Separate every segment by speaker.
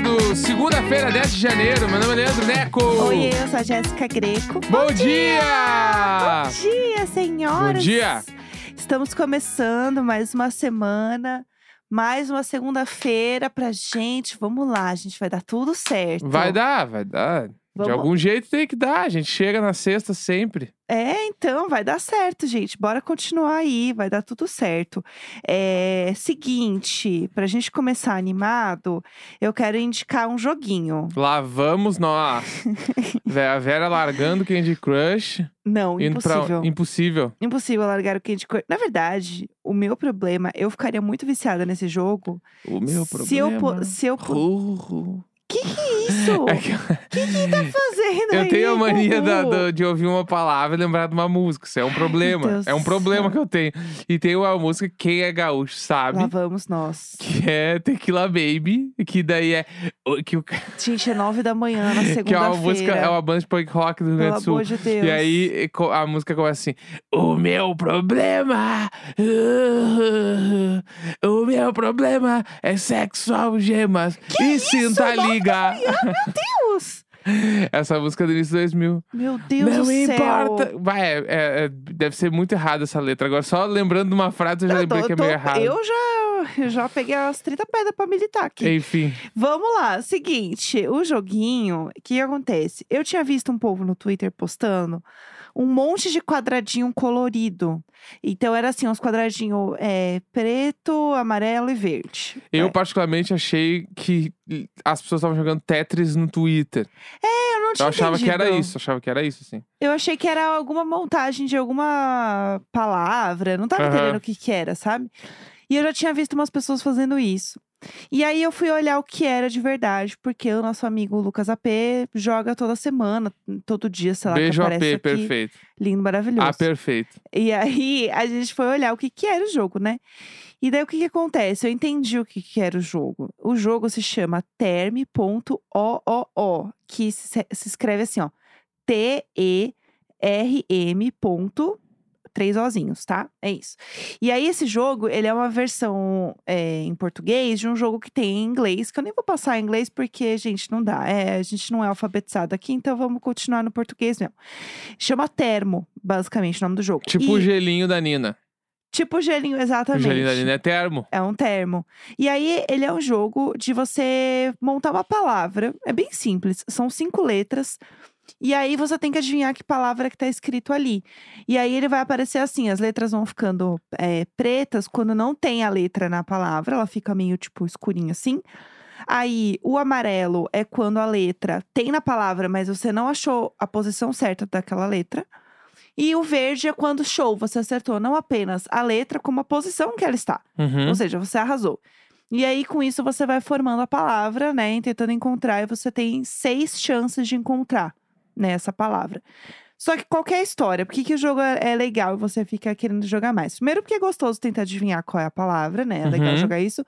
Speaker 1: um Segunda-feira, 10 de janeiro. Meu nome é Leandro Neco.
Speaker 2: Oi, eu sou a Jéssica Greco.
Speaker 1: Bom dia!
Speaker 2: Bom dia, senhoras!
Speaker 1: Bom dia.
Speaker 2: Estamos começando mais uma semana, mais uma segunda-feira pra gente. Vamos lá, gente, vai dar tudo certo.
Speaker 1: Vai dar, vai dar.
Speaker 2: Vamos-
Speaker 1: De algum jeito tem que dar. A gente chega na sexta sempre.
Speaker 2: É, então, vai dar certo, gente. Bora continuar aí, vai dar tudo certo. É, seguinte, pra gente começar animado, eu quero indicar um joguinho.
Speaker 1: Lá vamos nós. Vé- a Vera largando Candy Crush.
Speaker 2: Não,
Speaker 1: Indo
Speaker 2: impossível.
Speaker 1: pra. Impossível.
Speaker 2: Impossível largar o Candy Crush. Na verdade, o meu problema, eu ficaria muito viciada nesse jogo.
Speaker 1: O meu
Speaker 2: Se eu,
Speaker 1: problema.
Speaker 2: po- se eu pu-
Speaker 1: Ru-ru.
Speaker 2: Que que é isso?
Speaker 1: É que
Speaker 2: fazendo
Speaker 1: eu
Speaker 2: aí,
Speaker 1: tenho a mania da-
Speaker 2: Gugu?
Speaker 1: do- de ouvir uma palavra e lembrar de uma música. Isso é um problema.
Speaker 2: Deus
Speaker 1: É um
Speaker 2: do
Speaker 1: problema
Speaker 2: céu.
Speaker 1: que eu tenho. E tem uma música, quem é gaúcho sabe.
Speaker 2: Lá vamos nós.
Speaker 1: que é Tequila Baby, que daí é o- que, o- que
Speaker 2: Gente, é nove da manhã na segunda-feira.
Speaker 1: é uma música, é uma banda de punk rock do Rio Grande
Speaker 2: Pelo
Speaker 1: do Sul.
Speaker 2: amor de Deus.
Speaker 1: E aí e co- a música começa assim: O meu problema, uh, o meu problema é sexo algemas e sinta
Speaker 2: Nove da
Speaker 1: liga.
Speaker 2: Deus!
Speaker 1: Essa música é do início de 2000.
Speaker 2: Meu Deus
Speaker 1: Não
Speaker 2: do
Speaker 1: importa.
Speaker 2: céu.
Speaker 1: Vai, é- é- é- deve ser muito errada essa letra. Agora, só lembrando de uma frase, eu já
Speaker 2: Eu,
Speaker 1: lembrei
Speaker 2: tô-
Speaker 1: que é
Speaker 2: tô-
Speaker 1: meio errado.
Speaker 2: eu já, eu já peguei as 30 pedras pra militar aqui.
Speaker 1: Enfim,
Speaker 2: Vamos lá, seguinte, o joguinho, o que acontece? Eu tinha visto um povo no Twitter postando um monte de quadradinho colorido. Então era assim, uns quadradinhos é, preto, amarelo e verde.
Speaker 1: eu
Speaker 2: É,
Speaker 1: particularmente achei que as pessoas estavam jogando Tetris no Twitter.
Speaker 2: eu não
Speaker 1: Eu
Speaker 2: tinha
Speaker 1: achava que era
Speaker 2: entendido.
Speaker 1: isso, achava que era isso, sim.
Speaker 2: Eu achei que era alguma montagem de alguma palavra, não tava
Speaker 1: Aham.
Speaker 2: entendendo o que que era, sabe? E eu já tinha visto umas pessoas fazendo isso. E aí eu fui olhar o que era de verdade, porque o nosso amigo Lucas AP joga toda semana, todo dia, sei lá, que
Speaker 1: Beijo AP,
Speaker 2: aparece aqui.
Speaker 1: perfeito.
Speaker 2: Lindo, maravilhoso.
Speaker 1: Ah, perfeito.
Speaker 2: E aí a gente foi olhar o que, que era o jogo, né? E daí o que, que acontece? Eu entendi o que, que era o jogo. O jogo se chama term.oo, que se, se- se escreve assim, ó. T-E-R-M. ponto- Três ozinhos, tá? É isso. E aí, esse jogo, ele é uma versão é, em português de um jogo que tem em inglês, que eu nem vou passar em inglês porque, gente, não dá. É, a gente não é alfabetizado aqui, então vamos continuar no português mesmo. Chama Termo, basicamente, o nome do jogo.
Speaker 1: Tipo
Speaker 2: E-
Speaker 1: o gelinho da Nina.
Speaker 2: Tipo gelinho,
Speaker 1: O
Speaker 2: exatamente.
Speaker 1: gelinho da Nina é termo.
Speaker 2: É um termo. E aí, ele é um jogo de você montar uma palavra. É bem simples. São cinco letras. E aí, você tem que adivinhar que palavra que tá escrito ali. E aí, ele vai aparecer assim: as letras vão ficando é, pretas. Quando não tem a letra na palavra, ela fica meio tipo escurinha assim. Aí, o amarelo é quando a letra tem na palavra, mas você não achou a posição certa daquela letra. E o verde é quando show, você acertou não apenas a letra, como a posição que ela está.
Speaker 1: Uhum.
Speaker 2: Ou seja, você arrasou. E aí, com isso, você vai formando a palavra, né? e Tentando encontrar, e você tem seis chances de encontrar né, essa palavra. Só que qualquer história, por que, que o jogo é é legal e você fica querendo jogar mais? Primeiro, porque é gostoso tentar adivinhar qual é a palavra, né? É legal
Speaker 1: Uhum.
Speaker 2: jogar isso.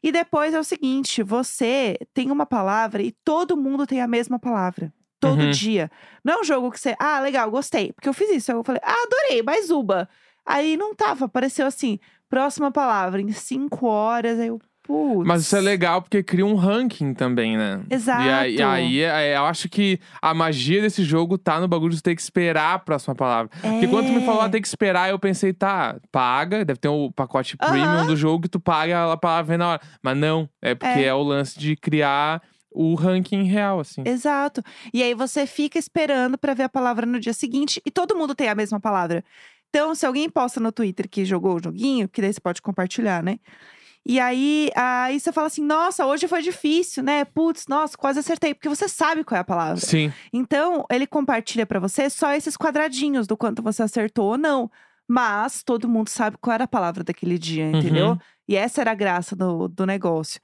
Speaker 2: E depois é o seguinte: você tem uma palavra e todo mundo tem a mesma palavra. Todo
Speaker 1: Uhum.
Speaker 2: dia. Não é um jogo que você. Ah, legal, gostei. Porque eu fiz isso. Eu falei, ah, adorei, mais uma. Aí não tava, apareceu assim, próxima palavra, em cinco horas. Aí eu, putz.
Speaker 1: Mas isso é legal porque cria um ranking também, né?
Speaker 2: Exato.
Speaker 1: E aí, aí, é- eu acho que a magia desse jogo tá no bagulho de ter que esperar a próxima palavra. Porque quando tu
Speaker 2: É.
Speaker 1: me falou, ah, tem que esperar, eu pensei, tá, paga, deve ter o pacote
Speaker 2: Aham.
Speaker 1: premium do jogo que tu paga a palavra na hora. Mas não, é porque é,
Speaker 2: É.
Speaker 1: o lance de criar o ranking real, assim.
Speaker 2: Exato. E aí você fica esperando pra ver a palavra no dia seguinte e todo mundo tem a mesma palavra. Então, se alguém posta no Twitter que jogou o joguinho, que daí você pode compartilhar, né? E aí, aí você fala assim: nossa, hoje foi difícil, né? Putz, nossa, quase acertei, porque você sabe qual é a palavra.
Speaker 1: Sim.
Speaker 2: Então, ele compartilha pra você só esses quadradinhos do quanto você acertou ou não. Mas todo mundo sabe qual era a palavra daquele dia, entendeu?
Speaker 1: Uhum.
Speaker 2: E essa era a graça do, do negócio.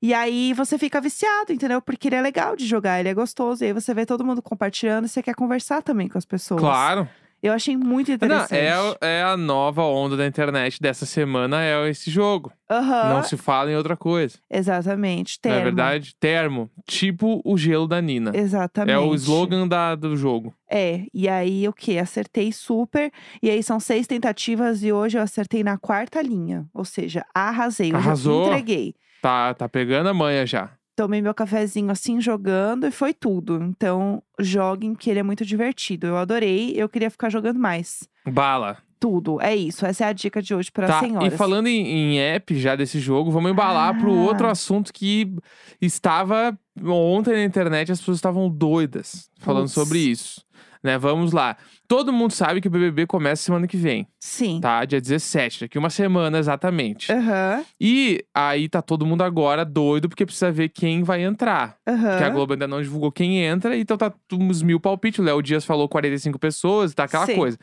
Speaker 2: E aí você fica viciado, entendeu? Porque ele é legal de jogar, ele é gostoso. E aí você vê todo mundo compartilhando e você quer conversar também com as pessoas.
Speaker 1: Claro.
Speaker 2: Eu achei muito
Speaker 1: Não,
Speaker 2: interessante.
Speaker 1: é, o- é a nova onda da internet dessa semana, é esse jogo.
Speaker 2: Aham,
Speaker 1: Não se fala em outra coisa.
Speaker 2: Exatamente.
Speaker 1: Não é
Speaker 2: termo.
Speaker 1: verdade? Termo. Tipo o gelo da Nina.
Speaker 2: Exatamente.
Speaker 1: É o slogan da- do jogo.
Speaker 2: É, e aí o que? Acertei super. E aí são seis tentativas e hoje eu acertei na quarta linha. Ou seja, arrasei. Hoje eu
Speaker 1: Arrasou.
Speaker 2: entreguei.
Speaker 1: Tá, tá pegando a manha já.
Speaker 2: tomei meu cafezinho assim, jogando, e foi tudo. Então, joguem, que ele é muito divertido. Eu adorei, eu queria ficar jogando mais.
Speaker 1: Bala.
Speaker 2: Tudo. É isso. Essa é a dica de hoje para
Speaker 1: Tá, e
Speaker 2: senhoras.
Speaker 1: falando em, em app já desse jogo, vamos embalar pro
Speaker 2: Ah.
Speaker 1: outro assunto que estava ontem na internet, as pessoas estavam doidas falando
Speaker 2: Putz.
Speaker 1: sobre isso. Né, vamos lá. Todo mundo sabe que o BBB começa semana que vem,
Speaker 2: Sim.
Speaker 1: tá? Dia 17, daqui uma semana exatamente.
Speaker 2: É. Aham,
Speaker 1: E aí tá todo mundo agora doido porque precisa ver quem vai entrar. Porque a
Speaker 2: aham.
Speaker 1: Globo ainda não divulgou quem entra, então tá tu- uns mil palpites. O Léo Dias falou 45 pessoas, tá aquela
Speaker 2: Sim.
Speaker 1: coisa.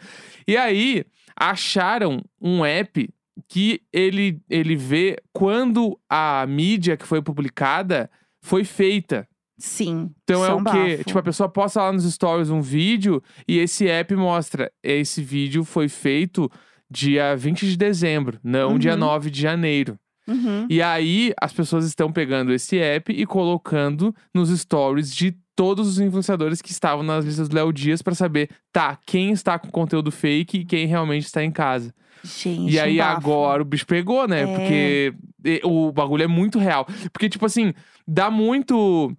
Speaker 1: E aí, acharam um app que ele, ele vê quando a mídia que foi publicada foi feita.
Speaker 2: Sim.
Speaker 1: Então é
Speaker 2: São um
Speaker 1: o quê?
Speaker 2: bafo.
Speaker 1: Tipo, a pessoa posta lá nos stories um vídeo e esse app mostra. Esse vídeo foi feito dia 20 de dezembro, não dia
Speaker 2: Uhum.
Speaker 1: 9 de janeiro.
Speaker 2: Uhum.
Speaker 1: E aí, as pessoas estão pegando esse app e colocando nos stories de todos os influenciadores que estavam nas listas do Léo Dias pra saber, tá, quem está com conteúdo fake e quem realmente está em casa.
Speaker 2: Gente,
Speaker 1: e aí,
Speaker 2: um bafo.
Speaker 1: agora o bicho pegou, né?
Speaker 2: É.
Speaker 1: Porque e- o bagulho é muito real. Porque, tipo assim, dá muito.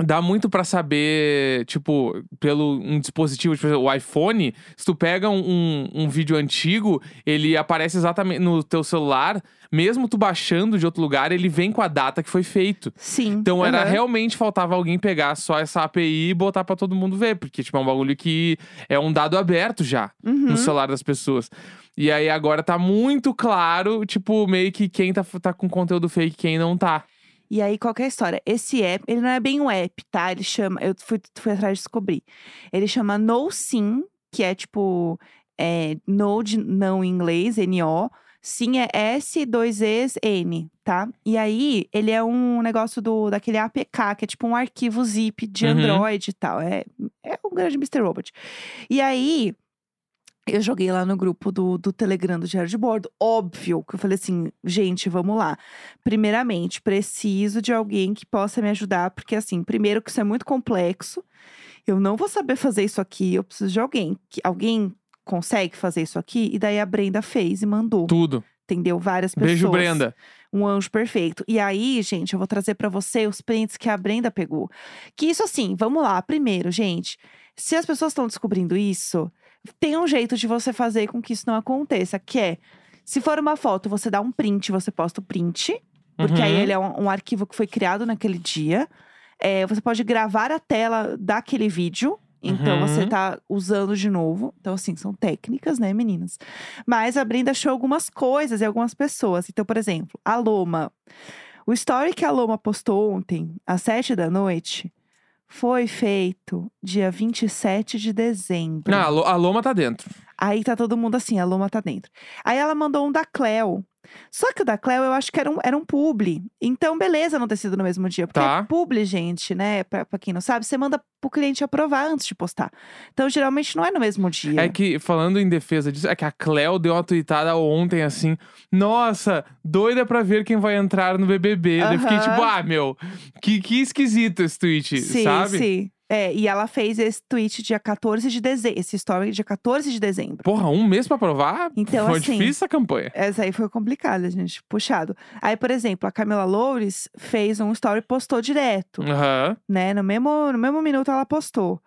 Speaker 1: Dá muito pra saber, tipo, pelo um dispositivo, tipo, o iPhone, se tu pega um, um- um vídeo antigo, ele aparece exatamente no teu celular, mesmo tu baixando de outro lugar, ele vem com a data que foi feito.
Speaker 2: Sim.
Speaker 1: Então era
Speaker 2: aham.
Speaker 1: realmente faltava alguém pegar só essa API e botar pra todo mundo ver, porque tipo é um bagulho que é um dado aberto já
Speaker 2: Uhum.
Speaker 1: no celular das pessoas. E aí agora tá muito claro, tipo, meio que quem tá, tá com conteúdo fake e quem não tá.
Speaker 2: E aí, qual que é a história? Esse app, ele não é bem um app, tá? Ele chama. Eu fui, fui atrás de descobrir. Ele chama No Sim, que é tipo. É, no de não em inglês, N-O. Sim é S2ES-N, tá? E aí, ele é um negócio do daquele APK, que é tipo um arquivo zip de
Speaker 1: Uhum.
Speaker 2: Android e tal. É, é um grande Mr. Robot. E aí, eu joguei lá no grupo do, do Telegram do Diário de Bordo. Óbvio que eu falei assim, gente, vamos lá. Primeiramente, preciso de alguém que possa me ajudar, porque assim, primeiro que isso é muito complexo. Eu não vou saber fazer isso aqui, eu preciso de alguém. Que alguém consegue fazer isso aqui? E daí a Brenda fez e mandou,
Speaker 1: Tudo.
Speaker 2: entendeu? Várias pessoas.
Speaker 1: Beijo, Brenda.
Speaker 2: Um anjo perfeito. E aí, gente, eu vou trazer pra você os prints que a Brenda pegou. Que isso assim, vamos lá. Primeiro, gente, se as pessoas estão descobrindo isso, tem um jeito de você fazer com que isso não aconteça, que é se for uma foto, você dá um print, você posta o print, porque aí
Speaker 1: Uhum.
Speaker 2: ele é um, um arquivo que foi criado naquele dia. É, você pode gravar a tela daquele vídeo. Então
Speaker 1: Uhum.
Speaker 2: você tá usando de novo. Então, assim, são técnicas, né, meninas? Mas a Brenda achou algumas coisas e algumas pessoas. Então, por exemplo, a Loma. O story que a Loma postou ontem, às sete da noite, foi feito dia 27 de dezembro.
Speaker 1: Não, a Lo- a Loma tá dentro.
Speaker 2: Aí tá todo mundo assim, a Loma tá dentro. Aí ela mandou um da Cleo. Só que o da Cleo eu acho que era um, era um publi. Então, beleza não ter sido no mesmo dia. Porque é
Speaker 1: Tá.
Speaker 2: publi, gente, né? Pra, pra quem não sabe, você manda pro cliente aprovar antes de postar. Então, geralmente não é no mesmo dia.
Speaker 1: É que, falando em defesa disso, é que a Cleo deu uma tuitada ontem assim: Nossa, doida pra ver quem vai entrar no BBB. Daí Eu fiquei
Speaker 2: Aham.
Speaker 1: tipo, ah, meu, que, que esquisito esse tweet,
Speaker 2: sim,
Speaker 1: sabe?
Speaker 2: sim. É, e ela fez esse tweet dia 14 de dezembro. Esse story dia 14 de dezembro.
Speaker 1: Porra, um mês pra provar?
Speaker 2: Então,
Speaker 1: Foi
Speaker 2: assim,
Speaker 1: difícil essa campanha.
Speaker 2: Essa aí foi complicada, gente. Puxado. Aí, por exemplo, a Camila Loures fez um story e postou direto.
Speaker 1: Aham.
Speaker 2: né? No mesmo, no mesmo minuto ela postou.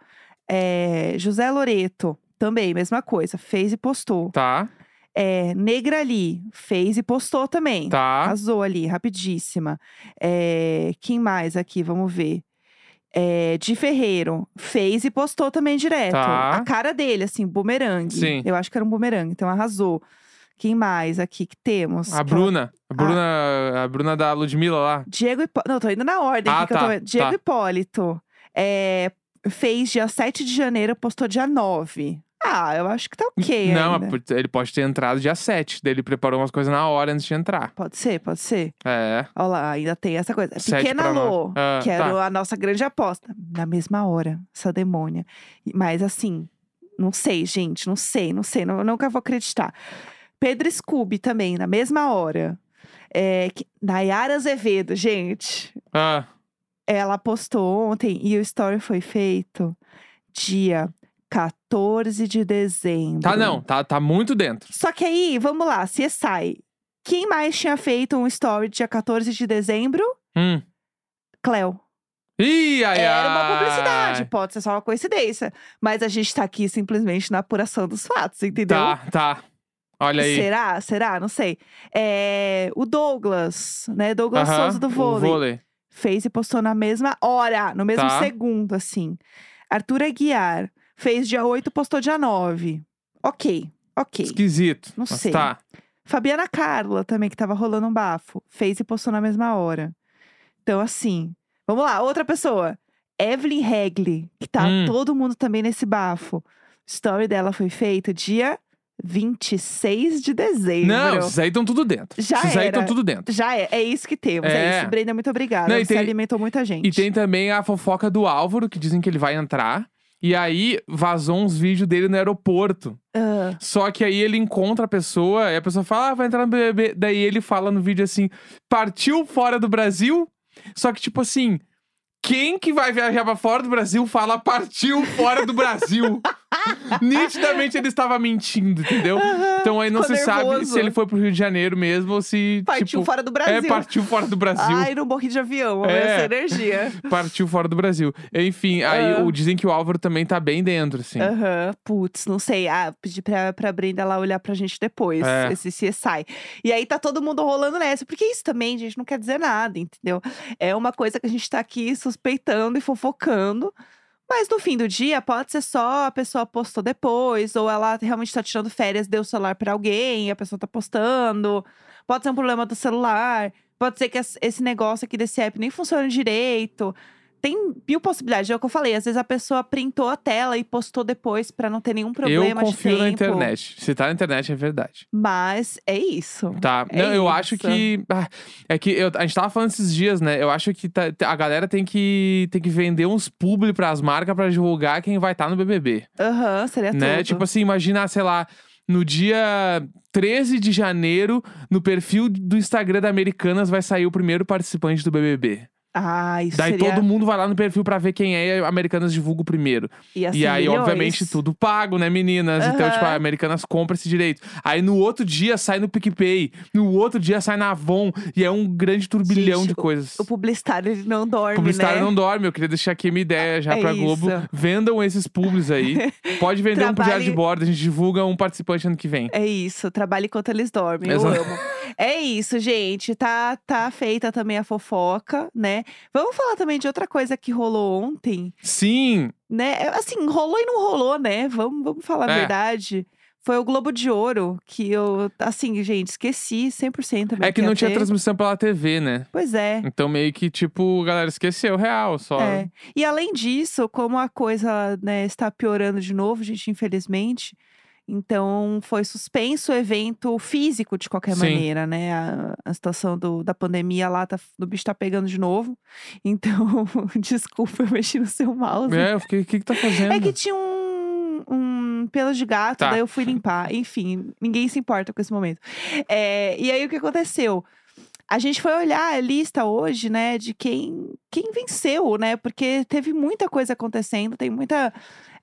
Speaker 2: É, José Loreto, também, mesma coisa, fez e postou.
Speaker 1: Tá,
Speaker 2: É, Negra ali, fez e postou também.
Speaker 1: tá.
Speaker 2: Arrasou ali, rapidíssima. É, quem mais aqui? Vamos ver. É, de Ferreiro, fez e postou também direto.
Speaker 1: Tá.
Speaker 2: A cara dele, assim, bumerangue.
Speaker 1: Sim.
Speaker 2: Eu acho que era um bumerangue, então arrasou. Quem mais aqui que temos?
Speaker 1: A
Speaker 2: Que ela-
Speaker 1: Bruna. A Bruna,
Speaker 2: Ah.
Speaker 1: a Bruna da Ludmilla lá.
Speaker 2: Diego Hipólito. Não, tô indo na ordem.
Speaker 1: Ah,
Speaker 2: aqui que eu tô
Speaker 1: tá,
Speaker 2: vendo. Diego
Speaker 1: tá.
Speaker 2: Hipólito é, fez dia 7 de janeiro, postou dia 9. Ah, eu acho que tá ok.
Speaker 1: Não,
Speaker 2: ainda.
Speaker 1: mas ele pode ter entrado dia 7. Daí ele preparou umas coisas na hora antes de entrar.
Speaker 2: Pode ser, pode ser.
Speaker 1: É.
Speaker 2: Olha lá, ainda tem essa coisa.
Speaker 1: Sete
Speaker 2: Pequena
Speaker 1: pra nove.
Speaker 2: Lô,
Speaker 1: Ah,
Speaker 2: que era
Speaker 1: tá.
Speaker 2: a nossa grande aposta. Na mesma hora, essa demônia. E- Mas assim, não sei, gente, não sei, não sei, não, nunca vou acreditar. Pedro Scooby também, na mesma hora. É, que- Nayara Azevedo, gente.
Speaker 1: Ah,
Speaker 2: ela postou ontem e o story foi feito dia 14 de dezembro.
Speaker 1: tá, não. Tá, tá muito dentro.
Speaker 2: Só que aí, vamos lá, CSI. Quem mais tinha feito um story dia 14 de dezembro?
Speaker 1: Hum.
Speaker 2: Cleo.
Speaker 1: Ih, ai,
Speaker 2: Era uma
Speaker 1: ai.
Speaker 2: publicidade, pode ser só uma coincidência. Mas a gente tá aqui simplesmente na apuração dos fatos, entendeu?
Speaker 1: Tá, tá. Olha aí.
Speaker 2: Será? Será? Não sei. É, o Douglas, né? Douglas
Speaker 1: Aham,
Speaker 2: Souza do
Speaker 1: o
Speaker 2: vôlei,
Speaker 1: vôlei.
Speaker 2: Fez e postou na mesma hora, no mesmo
Speaker 1: Tá.
Speaker 2: segundo, assim. Arthur Aguiar fez dia 8, postou dia 9. Ok, ok.
Speaker 1: Esquisito.
Speaker 2: Não
Speaker 1: mas
Speaker 2: sei.
Speaker 1: Tá.
Speaker 2: Fabiana Carla também, que tava rolando um bafo, fez e postou na mesma hora. Então, assim, vamos lá, outra pessoa. Evelyn Regli, que tá
Speaker 1: Hum.
Speaker 2: todo mundo também nesse bafo. Story dela foi feita dia 26 de dezembro.
Speaker 1: Não, esses aí estão tudo dentro.
Speaker 2: Já
Speaker 1: esses aí estão
Speaker 2: era.
Speaker 1: tudo dentro.
Speaker 2: Já é, é isso que temos. É,
Speaker 1: É.
Speaker 2: isso. Brenda, muito obrigada.
Speaker 1: Não, e
Speaker 2: Você
Speaker 1: tem-
Speaker 2: alimentou muita gente.
Speaker 1: E tem também a fofoca do Álvaro, que dizem que ele vai entrar. E aí vazou uns vídeos dele no aeroporto.
Speaker 2: Ah,
Speaker 1: Só que aí ele encontra a pessoa, e a pessoa fala, ah, vai entrar no BBB. Daí ele fala no vídeo assim, partiu fora do Brasil? Só que tipo assim, quem que vai viajar pra fora do Brasil fala partiu fora do Brasil? Nitidamente ele estava mentindo, entendeu? Então aí não
Speaker 2: Ficou
Speaker 1: se sabe
Speaker 2: nervoso.
Speaker 1: se ele foi pro Rio de Janeiro mesmo ou se.
Speaker 2: partiu
Speaker 1: tipo,
Speaker 2: fora do Brasil.
Speaker 1: É, partiu fora do Brasil.
Speaker 2: Ai, não morri de avião.
Speaker 1: É.
Speaker 2: Essa energia.
Speaker 1: Partiu fora do Brasil. Enfim, aí
Speaker 2: Ah.
Speaker 1: o- dizem que o Álvaro também tá bem dentro, assim.
Speaker 2: Aham, putz, não sei. Ah, pedi pra, pra Brenda lá olhar pra gente depois,
Speaker 1: É.
Speaker 2: esse CSI. E aí tá todo mundo rolando nessa, porque isso também, gente, não quer dizer nada, entendeu? É uma coisa que a gente tá aqui suspeitando e fofocando. Mas no fim do dia, pode ser só a pessoa postou depois, ou ela realmente tá tirando férias, deu o celular pra alguém, a pessoa tá postando. Pode ser um problema do celular, pode ser que es- esse negócio aqui desse app nem funciona direito tem mil possibilidades. É o que eu falei. Às vezes a pessoa printou a tela e postou depois pra não ter nenhum problema
Speaker 1: Eu confio
Speaker 2: de tempo.
Speaker 1: na internet. Se tá na internet, é verdade.
Speaker 2: Mas é isso.
Speaker 1: Tá.
Speaker 2: É
Speaker 1: não, eu
Speaker 2: isso.
Speaker 1: acho que. ah, é que eu- a gente tava falando esses dias, né? Eu acho que tá- a galera tem que, tem que vender uns publi pras marcas pra divulgar quem vai estar no BBB.
Speaker 2: Aham, seria
Speaker 1: né?
Speaker 2: É tudo.
Speaker 1: Tipo assim, imagina, sei lá, no dia 13 de janeiro, no perfil do Instagram da Americanas vai sair o primeiro participante do BBB.
Speaker 2: ah, isso
Speaker 1: Daí
Speaker 2: seria...
Speaker 1: todo mundo vai lá no perfil pra ver quem é e a Americanas divulga o primeiro.
Speaker 2: ia ser
Speaker 1: E aí,
Speaker 2: Assim, milhões.
Speaker 1: obviamente, tudo pago, né, meninas? Então,
Speaker 2: Aham.
Speaker 1: tipo, a Americanas compra esse direito. Aí no outro dia sai no PicPay, no outro dia sai na Avon, e é um grande turbilhão
Speaker 2: Gente,
Speaker 1: de coisas.
Speaker 2: O publicitário, ele não dorme,
Speaker 1: publicitário
Speaker 2: né?
Speaker 1: não dorme, eu queria deixar aqui a minha ideia já
Speaker 2: É
Speaker 1: pra
Speaker 2: isso.
Speaker 1: Globo. Vendam esses publis aí. Pode vender um pro diário de
Speaker 2: Trabalhe-
Speaker 1: bordo, a gente divulga um participante ano que vem.
Speaker 2: É isso, trabalha enquanto eles dormem,
Speaker 1: Exato.
Speaker 2: eu amo. É isso, gente, tá, tá feita também a fofoca, né? Vamos falar também de outra coisa que rolou ontem,
Speaker 1: Sim!
Speaker 2: né? É, Assim, rolou e não rolou, né? Vamos, vamos falar a
Speaker 1: É.
Speaker 2: verdade. Foi o Globo de Ouro que eu, assim, gente, esqueci 100% mesmo.
Speaker 1: É que
Speaker 2: ia
Speaker 1: não tinha
Speaker 2: ter.
Speaker 1: transmissão pela TV, né?
Speaker 2: Pois é.
Speaker 1: Então meio que, tipo, a galera esqueceu, real, só.
Speaker 2: é. E além disso, como a coisa né, está piorando de novo, gente, infelizmente. Então, foi suspenso o evento físico, de qualquer
Speaker 1: Sim.
Speaker 2: maneira, né? A, a situação do- da pandemia lá, tá, do bicho tá pegando de novo. Então, desculpa, eu mexi no seu mouse.
Speaker 1: É, eu fiquei, o que que tá fazendo?
Speaker 2: É que tinha um, um pelo de gato,
Speaker 1: Tá.
Speaker 2: daí eu fui limpar. Enfim, ninguém se importa com esse momento. É, e aí o que aconteceu? A gente foi olhar a lista hoje, né, de quem, quem venceu, né? Porque teve muita coisa acontecendo, tem muita.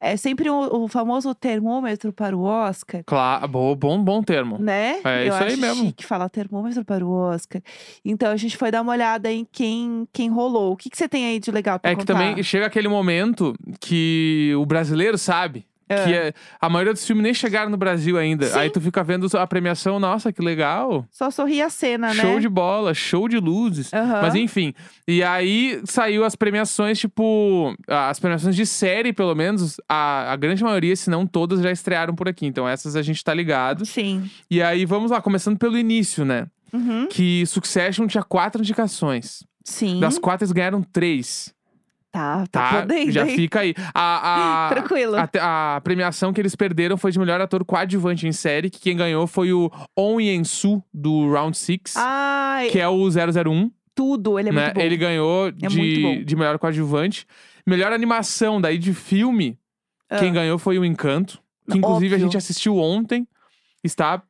Speaker 2: É sempre o, o famoso termômetro para o Oscar.
Speaker 1: Claro, bom, bom, bom termo.
Speaker 2: Né?
Speaker 1: É
Speaker 2: Eu
Speaker 1: isso aí
Speaker 2: acho
Speaker 1: mesmo.
Speaker 2: chique falar termômetro para o Oscar. Então a gente foi dar uma olhada em quem, quem rolou. O que, que você tem aí de legal pra
Speaker 1: É que
Speaker 2: contar?
Speaker 1: também chega aquele momento que o brasileiro sabe.
Speaker 2: Ah,
Speaker 1: Que é- a maioria dos filmes nem chegaram no Brasil ainda.
Speaker 2: Sim.
Speaker 1: Aí tu fica vendo a premiação, nossa, que legal.
Speaker 2: Só sorri a cena, né?
Speaker 1: show de bola, show de luzes.
Speaker 2: Aham.
Speaker 1: Mas enfim, e aí saiu as premiações, tipo, as premiações de série, pelo menos, a, a grande maioria, se não todas, já estrearam por aqui. Então essas a gente tá ligado.
Speaker 2: Sim.
Speaker 1: E aí vamos lá, começando pelo início, né?
Speaker 2: Uhum.
Speaker 1: Que Succession tinha quatro indicações.
Speaker 2: Sim.
Speaker 1: Das quatro eles ganharam três.
Speaker 2: Tá, tá,
Speaker 1: Tá?
Speaker 2: podendo,
Speaker 1: já
Speaker 2: hein?
Speaker 1: fica aí. A, a,
Speaker 2: Tranquilo.
Speaker 1: A, te- a premiação que eles perderam foi de melhor ator coadjuvante em série, que quem ganhou foi o On Yen-su, do Round 6,
Speaker 2: Ai,
Speaker 1: que é o 001.
Speaker 2: tudo, ele é
Speaker 1: né?
Speaker 2: muito bom.
Speaker 1: Ele ganhou
Speaker 2: muito bom.
Speaker 1: de, de melhor coadjuvante. Melhor animação, daí de filme,
Speaker 2: Ah.
Speaker 1: quem ganhou foi o Encanto, que inclusive
Speaker 2: Óbvio.
Speaker 1: a gente assistiu ontem. Está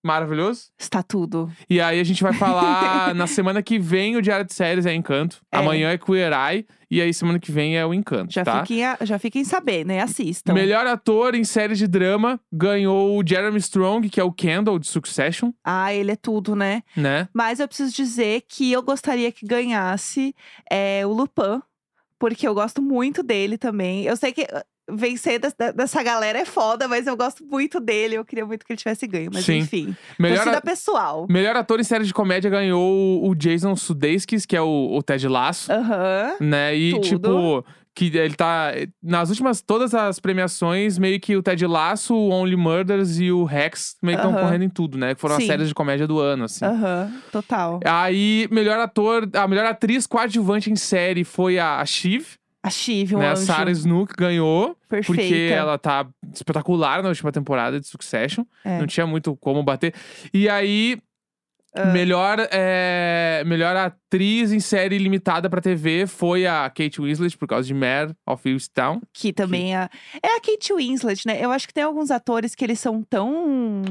Speaker 1: Maravilhoso.
Speaker 2: Está tudo.
Speaker 1: E aí a gente vai falar na semana que vem o Diário de Séries é Encanto.
Speaker 2: É.
Speaker 1: Amanhã é Queer Eye. E aí semana que vem é o Encanto,
Speaker 2: Já,
Speaker 1: tá?
Speaker 2: fiquem, a- já fiquem sabendo, né? Assistam.
Speaker 1: Melhor ator em série de drama ganhou o Jeremy Strong, que é o Kendall de Succession,
Speaker 2: Ah, ele é tudo, né?
Speaker 1: né?
Speaker 2: Mas eu preciso dizer que eu gostaria que ganhasse é, o Lupin, porque eu gosto muito dele também. Eu sei que uh, vencer des- da- dessa galera é foda, mas eu gosto muito dele. Eu queria muito que ele tivesse ganho, mas
Speaker 1: Sim.
Speaker 2: enfim.
Speaker 1: Melhor,
Speaker 2: Torcida pessoal.
Speaker 1: melhor ator em série de comédia ganhou o- o Jason Sudeikis, que é o, o Ted Lasso,
Speaker 2: Aham.
Speaker 1: né? E
Speaker 2: tudo.
Speaker 1: tipo que ele tá nas últimas todas as premiações meio que o Ted Lasso, o Only Murders e o Rex meio que estão
Speaker 2: Aham.
Speaker 1: correndo em tudo, né? Que foram as
Speaker 2: Sim.
Speaker 1: séries de comédia do ano, assim.
Speaker 2: Aham. Total.
Speaker 1: Aí, melhor ator, a melhor atriz coadjuvante em série foi a a Shiv,
Speaker 2: A Chive, um
Speaker 1: né? A
Speaker 2: anjo.
Speaker 1: Sarah Snook ganhou,
Speaker 2: perfeita.
Speaker 1: porque ela tá espetacular na última temporada de Succession.
Speaker 2: É.
Speaker 1: Não tinha muito como bater. E aí, melhor, é, melhor atriz em série limitada pra TV foi a Kate Winslet, por causa de Mare of Easttown.
Speaker 2: Que também é. É a Kate Winslet, né? Eu acho que tem alguns atores que eles são tão.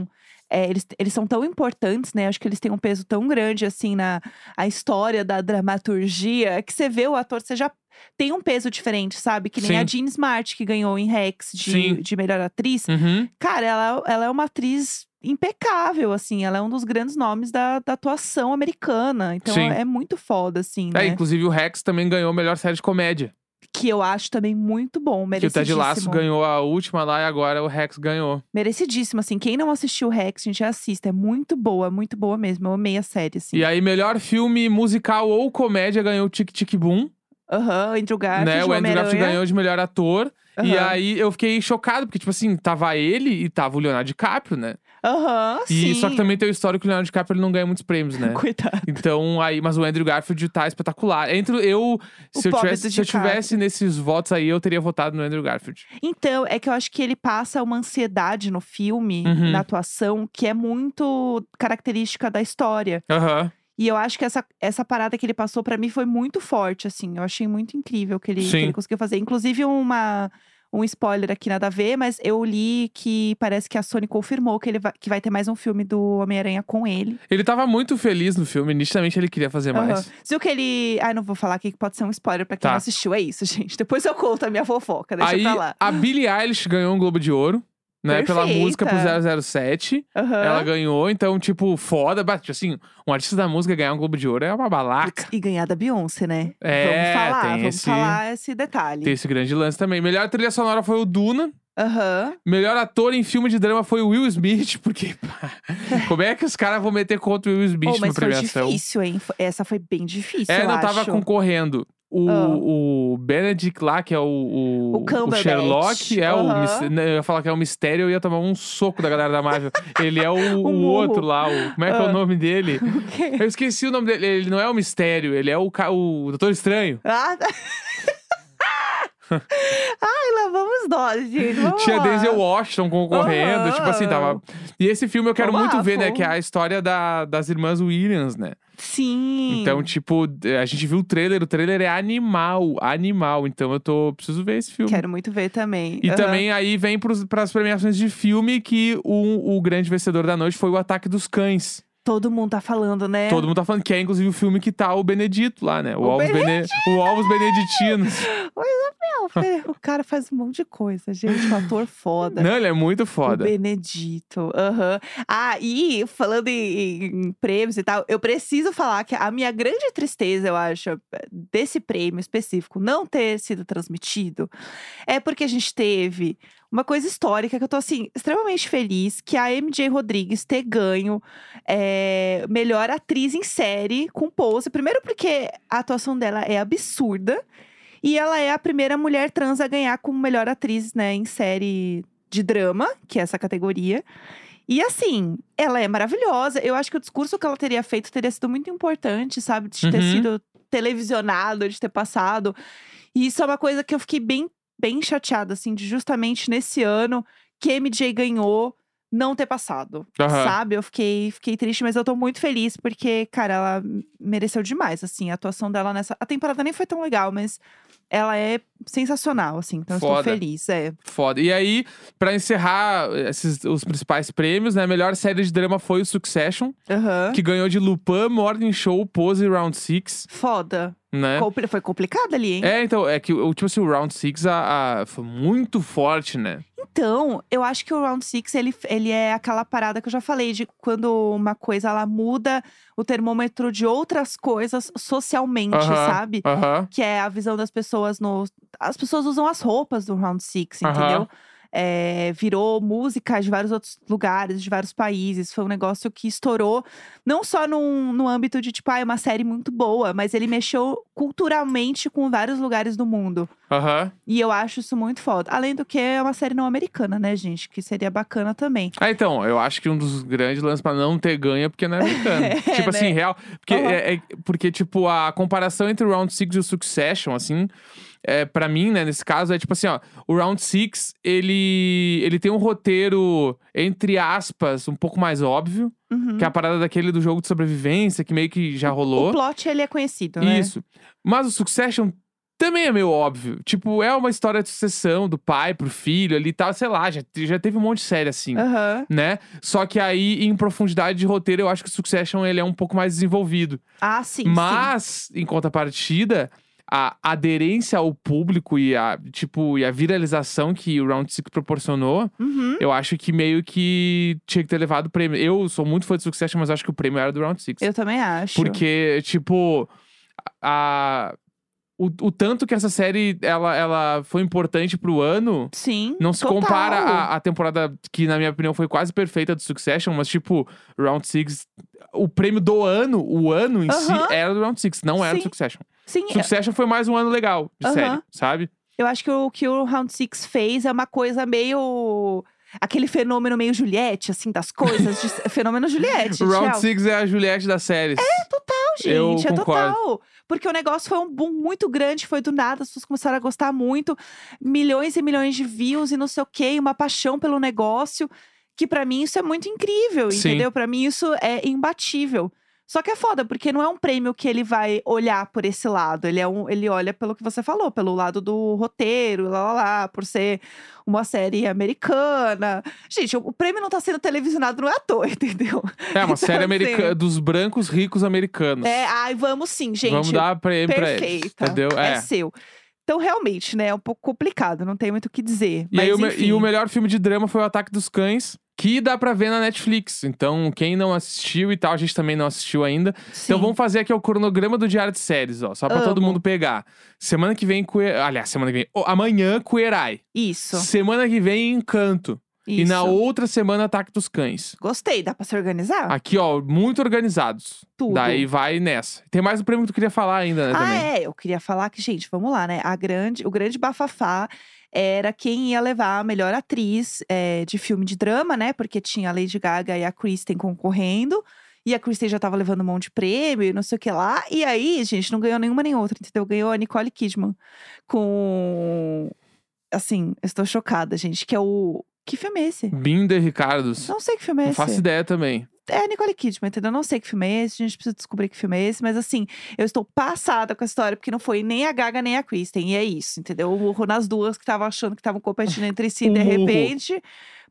Speaker 2: é, eles, eles são tão importantes, né? Acho que eles têm um peso tão grande, assim, na a história da dramaturgia, que você vê o ator, você já tem um peso diferente, sabe? Que nem a
Speaker 1: Sim.
Speaker 2: Jean Smart, que ganhou em Rex
Speaker 1: Sim.
Speaker 2: de, de melhor atriz.
Speaker 1: Uhum.
Speaker 2: Cara, ela, ela é uma atriz impecável, assim. Ela é um dos grandes nomes da, da atuação americana. Então
Speaker 1: Sim.
Speaker 2: é muito foda, assim.
Speaker 1: É,
Speaker 2: né?
Speaker 1: inclusive, o Rex também ganhou melhor série de comédia.
Speaker 2: Que eu acho também muito bom,
Speaker 1: Que o
Speaker 2: merecidíssimo.
Speaker 1: Ted Lasso ganhou a última lá e agora o Rex ganhou.
Speaker 2: Merecidíssimo, assim. Quem não assistiu o Rex, gente, assista. É muito boa, muito boa mesmo. Eu amei a série, assim.
Speaker 1: E aí, melhor filme musical ou comédia ganhou o Tic Tic Boom,
Speaker 2: Aham, Andrew Garfield,
Speaker 1: né? O Andrew Garfield
Speaker 2: Homem-Aranha.
Speaker 1: ganhou de melhor ator. E
Speaker 2: Aham.
Speaker 1: aí, eu fiquei chocado, porque, tipo assim, tava ele e tava o Leonardo DiCaprio, né?
Speaker 2: Aham, sim.
Speaker 1: E só que também tem o histórico que o Leonardo DiCaprio ele não ganha muitos prêmios, né?
Speaker 2: Coitado.
Speaker 1: Então, aí, mas o Andrew Garfield tá espetacular. Entre eu,
Speaker 2: O
Speaker 1: se eu,
Speaker 2: pobre
Speaker 1: tivesse,
Speaker 2: do
Speaker 1: se eu
Speaker 2: DiCaprio.
Speaker 1: tivesse nesses votos aí, eu teria votado no Andrew Garfield.
Speaker 2: Então, é que eu acho que ele passa uma ansiedade no filme,
Speaker 1: Uhum.
Speaker 2: na atuação, que é muito característica da história.
Speaker 1: Aham.
Speaker 2: E eu acho que essa, essa parada que ele passou pra mim foi muito forte, assim. Eu achei muito incrível que ele, que
Speaker 1: Sim.
Speaker 2: ele conseguiu fazer. Inclusive, uma, um spoiler aqui nada a ver, mas eu li que parece que a Sony confirmou que, ele vai, que vai ter mais um filme do Homem-Aranha com ele.
Speaker 1: Ele tava muito feliz no filme, nitidamente ele queria fazer
Speaker 2: Aham.
Speaker 1: mais.
Speaker 2: Viu que ele. Ai, não vou falar aqui que pode ser um spoiler pra quem
Speaker 1: Tá.
Speaker 2: não assistiu. É isso, gente. Depois eu conto a minha fofoca, deixa
Speaker 1: aí,
Speaker 2: pra lá.
Speaker 1: a Billie Eilish ganhou um Globo de Ouro, né? Pela
Speaker 2: Perfeita.
Speaker 1: música pro 007.
Speaker 2: Aham.
Speaker 1: Ela ganhou, então, tipo, foda. ba- tipo Assim, um artista da música ganhar um Globo de Ouro é uma balaca.
Speaker 2: E ganhar da Beyoncé, né?
Speaker 1: É,
Speaker 2: vamos falar,
Speaker 1: tem
Speaker 2: vamos
Speaker 1: esse-
Speaker 2: falar esse detalhe.
Speaker 1: Tem esse grande lance também. Melhor trilha sonora foi o Duna.
Speaker 2: Aham.
Speaker 1: Melhor ator em filme de drama foi o Will Smith, porque pá, como é que os caras vão meter contra o Will Smith
Speaker 2: Oh,
Speaker 1: na
Speaker 2: mas foi
Speaker 1: premiação?
Speaker 2: difícil, hein? Fo- Essa foi bem difícil,
Speaker 1: é,
Speaker 2: eu
Speaker 1: não tava
Speaker 2: acho.
Speaker 1: concorrendo. O,
Speaker 2: Ah.
Speaker 1: o Benedict lá, que é o, o,
Speaker 2: O Cumberbatch.
Speaker 1: Sherlock, é o.
Speaker 2: Aham.
Speaker 1: mis- né, Eu ia falar que é o mistério, eu ia tomar um soco da galera da Marvel. Ele é o, o
Speaker 2: Um murro.
Speaker 1: outro lá, o, como é que é
Speaker 2: Ah.
Speaker 1: o nome dele?
Speaker 2: O quê?
Speaker 1: Eu esqueci o nome dele. Ele não é o mistério, ele é o, ca- o Doutor Estranho.
Speaker 2: Ah, tá. Ai, lá vamos nós, gente. Vamos
Speaker 1: Tinha
Speaker 2: Tá lá.
Speaker 1: Denzel Washington concorrendo,
Speaker 2: Aham.
Speaker 1: tipo assim, tava. E esse filme eu quero
Speaker 2: Tava
Speaker 1: muito ver, né?
Speaker 2: bafo.
Speaker 1: Que é a história da- das irmãs Williams, né?
Speaker 2: Sim.
Speaker 1: Então, tipo, a gente viu o trailer, o trailer é animal, animal. Então eu tô. Preciso ver esse filme.
Speaker 2: Quero muito ver também.
Speaker 1: E
Speaker 2: Aham.
Speaker 1: também aí vem pros, pras premiações de filme que o, o grande vencedor da noite foi o Ataque dos Cães.
Speaker 2: Todo mundo tá falando, né?
Speaker 1: Todo mundo tá falando que é, inclusive, o filme que tá o Benedito lá, né? O,
Speaker 2: O
Speaker 1: Alves, Bene... o Alves Beneditinos.
Speaker 2: mundo... O cara faz um monte de coisa, gente. Um ator foda.
Speaker 1: Não, ele é muito
Speaker 2: O
Speaker 1: foda.
Speaker 2: Benedito. Aham. Ah, e falando em, em prêmios e tal, eu preciso falar que a minha grande tristeza, eu acho, eh, desse prêmio específico não ter sido transmitido, é porque a gente teve uma coisa histórica que eu tô, assim, extremamente feliz, que é a MJ Rodrigues ter ganho é, melhor atriz em série com pose. Primeiro porque a atuação dela é absurda. E ela é a primeira mulher trans a ganhar como melhor atriz, né, em série de drama, que é essa categoria. E assim, ela é maravilhosa. Eu acho que o discurso que ela teria feito teria sido muito importante, sabe? De ter
Speaker 1: Uhum.
Speaker 2: sido televisionado, de ter passado. E isso é uma coisa que eu fiquei bem, bem chateada, assim, de justamente nesse ano que MJ ganhou não ter passado.
Speaker 1: Aham.
Speaker 2: Sabe? Eu fiquei, fiquei triste, mas eu tô muito feliz, porque, cara, ela mereceu demais, assim, a atuação dela nessa. A temporada nem foi tão legal, mas ela é sensacional, assim. Então eu
Speaker 1: Foda.
Speaker 2: estou feliz. É.
Speaker 1: Foda. E aí, pra encerrar eh, esses, os principais prêmios, né? A melhor série de drama foi o Succession,
Speaker 2: Aham.
Speaker 1: que ganhou de Lupin, Morning Show, Pose e Round Six
Speaker 2: Foda.
Speaker 1: né?
Speaker 2: Compli- Foi complicado ali, hein?
Speaker 1: É, então, é que o, tipo assim, o Round Six a, a- foi muito forte, né?
Speaker 2: Então, eu acho que o Round Six ele, ele é aquela parada que eu já falei, de quando uma coisa ela muda o termômetro de outras coisas socialmente,
Speaker 1: Aham.
Speaker 2: sabe?
Speaker 1: Aham.
Speaker 2: Que é a visão das pessoas no. As pessoas usam as roupas do Round Six,
Speaker 1: Aham.
Speaker 2: entendeu? É, virou música de vários outros lugares, de vários países. Foi um negócio que estourou, não só num, no âmbito de, tipo, ah, é uma série muito boa, mas ele mexeu culturalmente com vários lugares do mundo.
Speaker 1: Aham.
Speaker 2: E eu acho isso muito foda. Além do que, é uma série não americana, né, gente? Que seria bacana também.
Speaker 1: Ah, então, eu acho que um dos grandes lances pra não ter ganho é porque não é americano.
Speaker 2: É,
Speaker 1: tipo assim,
Speaker 2: né?
Speaker 1: real. Porque,
Speaker 2: Aham.
Speaker 1: é- é- porque, tipo, a comparação entre o Round Six e o Succession, assim, é, pra mim, né, nesse caso, é tipo assim, ó. O Round Six ele, ele tem um roteiro, entre aspas, um pouco mais óbvio,
Speaker 2: Uhum.
Speaker 1: que é a parada daquele do jogo de sobrevivência, que meio que já rolou.
Speaker 2: O plot, ele é conhecido, né?
Speaker 1: Isso. Mas o Succession também é meio óbvio. Tipo, é uma história de sucessão do pai pro filho ali e tal, sei lá, já, já teve um monte de série assim.
Speaker 2: Aham.
Speaker 1: Né? Só que aí, em profundidade de roteiro, eu acho que o Succession ele é um pouco mais desenvolvido.
Speaker 2: Ah, sim, sim.
Speaker 1: Mas, em contrapartida, a aderência ao público e a, tipo, e a viralização que o Round Six proporcionou,
Speaker 2: Uhum.
Speaker 1: eu acho que meio que tinha que ter levado o prêmio. Eu sou muito fã do Succession, mas eu acho que o prêmio era do Round Six.
Speaker 2: Eu também acho.
Speaker 1: Porque, tipo, a, o, o tanto que essa série ela, ela foi importante pro ano.
Speaker 2: Sim.
Speaker 1: Não se
Speaker 2: total.
Speaker 1: compara à, à temporada que, na minha opinião, foi quase perfeita do Succession, mas, tipo, Round Six o prêmio do ano, o ano em si,
Speaker 2: Aham.
Speaker 1: era do Round Six não era do
Speaker 2: Sim.
Speaker 1: Succession.
Speaker 2: Sim, eu-
Speaker 1: Succession foi mais um ano legal de
Speaker 2: Aham.
Speaker 1: série, sabe?
Speaker 2: eu acho que o que o Round Six fez é uma coisa meio. Aquele fenômeno meio Juliette, assim, das coisas. de- Fenômeno Juliette.
Speaker 1: Round
Speaker 2: real.
Speaker 1: Six é a Juliette das séries. É,
Speaker 2: Não,
Speaker 1: Eu
Speaker 2: gente, é
Speaker 1: concordo.
Speaker 2: total. Porque o negócio foi um boom muito grande, foi do nada, as pessoas começaram a gostar muito, milhões e milhões de views e não sei o quê, e uma paixão pelo negócio, que pra mim isso é muito incrível,
Speaker 1: Sim.
Speaker 2: entendeu? Pra mim isso é imbatível. Só que é foda, porque não é um prêmio que ele vai olhar por esse lado. Ele, é um, ele olha pelo que você falou, pelo lado do roteiro, lá, lá, lá, por ser uma série americana. Gente, o, o prêmio não tá sendo televisionado, não é à toa, entendeu?
Speaker 1: É uma série
Speaker 2: assim.
Speaker 1: americana dos brancos ricos americanos.
Speaker 2: É, ai, vamos sim, gente.
Speaker 1: Vamos dar prêmio pra eles.
Speaker 2: Perfeita.
Speaker 1: Entendeu?
Speaker 2: É. seu. Então, realmente, né? É um pouco complicado, não tem muito o que dizer.
Speaker 1: E, aí
Speaker 2: mas,
Speaker 1: o me-
Speaker 2: enfim.
Speaker 1: e o melhor filme de drama foi O Ataque dos Cães, que dá pra ver na Netflix. Então, quem não assistiu e tal, a gente também não assistiu ainda. Então
Speaker 2: Sim.
Speaker 1: vamos fazer aqui o cronograma do Diário de Séries, ó. Só pra todo
Speaker 2: Amo.
Speaker 1: mundo pegar. Semana que vem, Cue... aliás, semana que vem. oh, amanhã, Cuerai.
Speaker 2: Isso,
Speaker 1: Semana que vem, Encanto.
Speaker 2: isso.
Speaker 1: E na outra semana, Ataque dos Cães.
Speaker 2: Gostei, dá pra se organizar?
Speaker 1: Aqui, ó, muito organizados.
Speaker 2: Tá. Tudo.
Speaker 1: Daí vai nessa. Tem mais um prêmio que tu queria falar ainda, né,
Speaker 2: ah,
Speaker 1: também.
Speaker 2: é. Eu queria falar que, gente, vamos lá, né? A grande, o grande bafafá era quem ia levar a melhor atriz eh, de filme de drama, né? Porque tinha a Lady Gaga e a Kristen concorrendo. E a Kristen já tava levando um monte de prêmio e não sei o que lá. E aí, gente, não ganhou nenhuma nem outra, entendeu? Ganhou a Nicole Kidman com. Assim, eu estou chocada, gente. Que é o. Que filme é esse?
Speaker 1: Binder Ricardos.
Speaker 2: Não sei que filme é
Speaker 1: Hum. Não
Speaker 2: esse.
Speaker 1: faço ideia também.
Speaker 2: É a Nicole Kidman, entendeu? Eu Não sei que filme é esse, a gente precisa descobrir que filme é esse, mas assim, eu estou passada com a história, porque não foi nem a Gaga nem a Kristen, e é isso, entendeu? O murro nas duas que estavam achando que estavam competindo entre si,
Speaker 1: O
Speaker 2: de
Speaker 1: murro.
Speaker 2: repente.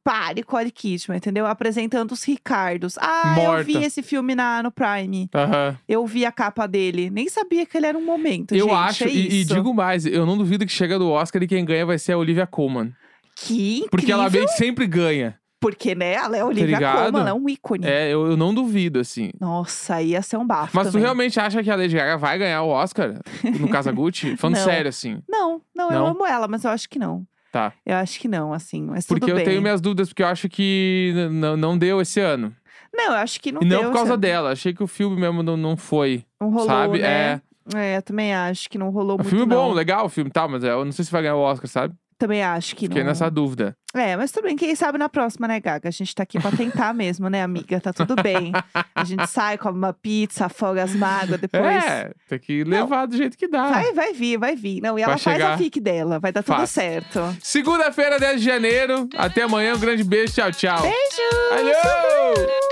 Speaker 2: Pá, Nicole Kidman, entendeu? Apresentando os Ricardos. Ah, eu vi
Speaker 1: Morta.
Speaker 2: esse filme na, no Prime.
Speaker 1: Aham.
Speaker 2: Eu vi a capa dele. Nem sabia que ele era um momento.
Speaker 1: Eu
Speaker 2: gente,
Speaker 1: acho,
Speaker 2: é
Speaker 1: e, e
Speaker 2: isso.
Speaker 1: digo mais, eu não duvido que chega do Oscar e quem ganha vai ser a Olivia Colman.
Speaker 2: Que incrível.
Speaker 1: Porque ela meio que sempre ganha.
Speaker 2: Porque, né, ela é a Olivia
Speaker 1: ligado?
Speaker 2: Colman, ela é um ícone.
Speaker 1: É, eu, eu não duvido, assim.
Speaker 2: Nossa, ia ser um bafo
Speaker 1: Mas tu
Speaker 2: também.
Speaker 1: realmente acha que a Lady Gaga vai ganhar o Oscar no Casa Gucci? Falando
Speaker 2: Não.
Speaker 1: sério, assim.
Speaker 2: Não, não, eu
Speaker 1: Não?
Speaker 2: amo ela, mas eu acho que não.
Speaker 1: Tá.
Speaker 2: Eu acho que não, assim, mas
Speaker 1: Porque
Speaker 2: tudo
Speaker 1: eu
Speaker 2: bem.
Speaker 1: tenho minhas dúvidas, porque eu acho que n- n- não deu esse ano.
Speaker 2: Não, eu acho que não
Speaker 1: e não
Speaker 2: deu,
Speaker 1: por causa
Speaker 2: sabe?
Speaker 1: dela. Achei que o filme mesmo não, não foi.
Speaker 2: Não rolou,
Speaker 1: sabe?
Speaker 2: né? É. eu também acho que não rolou
Speaker 1: O
Speaker 2: muito,
Speaker 1: filme é bom,
Speaker 2: não.
Speaker 1: legal o filme, tá? Mas eu não sei se vai ganhar o Oscar, sabe?
Speaker 2: Também acho que
Speaker 1: Fiquei
Speaker 2: não.
Speaker 1: nessa dúvida.
Speaker 2: É, mas tudo bem, quem sabe na próxima, né, Gaga? A gente tá aqui pra tentar mesmo, né, amiga? Tá tudo bem. A gente sai, come uma pizza, afoga as mágoas, depois...
Speaker 1: É, tem que levar do jeito que dá.
Speaker 2: Vai, vai vir, vai vir. Não, e ela
Speaker 1: Vai
Speaker 2: faz a
Speaker 1: chegar.
Speaker 2: fic dela, vai dar tudo
Speaker 1: Faz.
Speaker 2: certo.
Speaker 1: Segunda-feira, 10 de janeiro. Até amanhã. Um grande beijo. Tchau, tchau.
Speaker 2: Beijo!
Speaker 1: Valeu!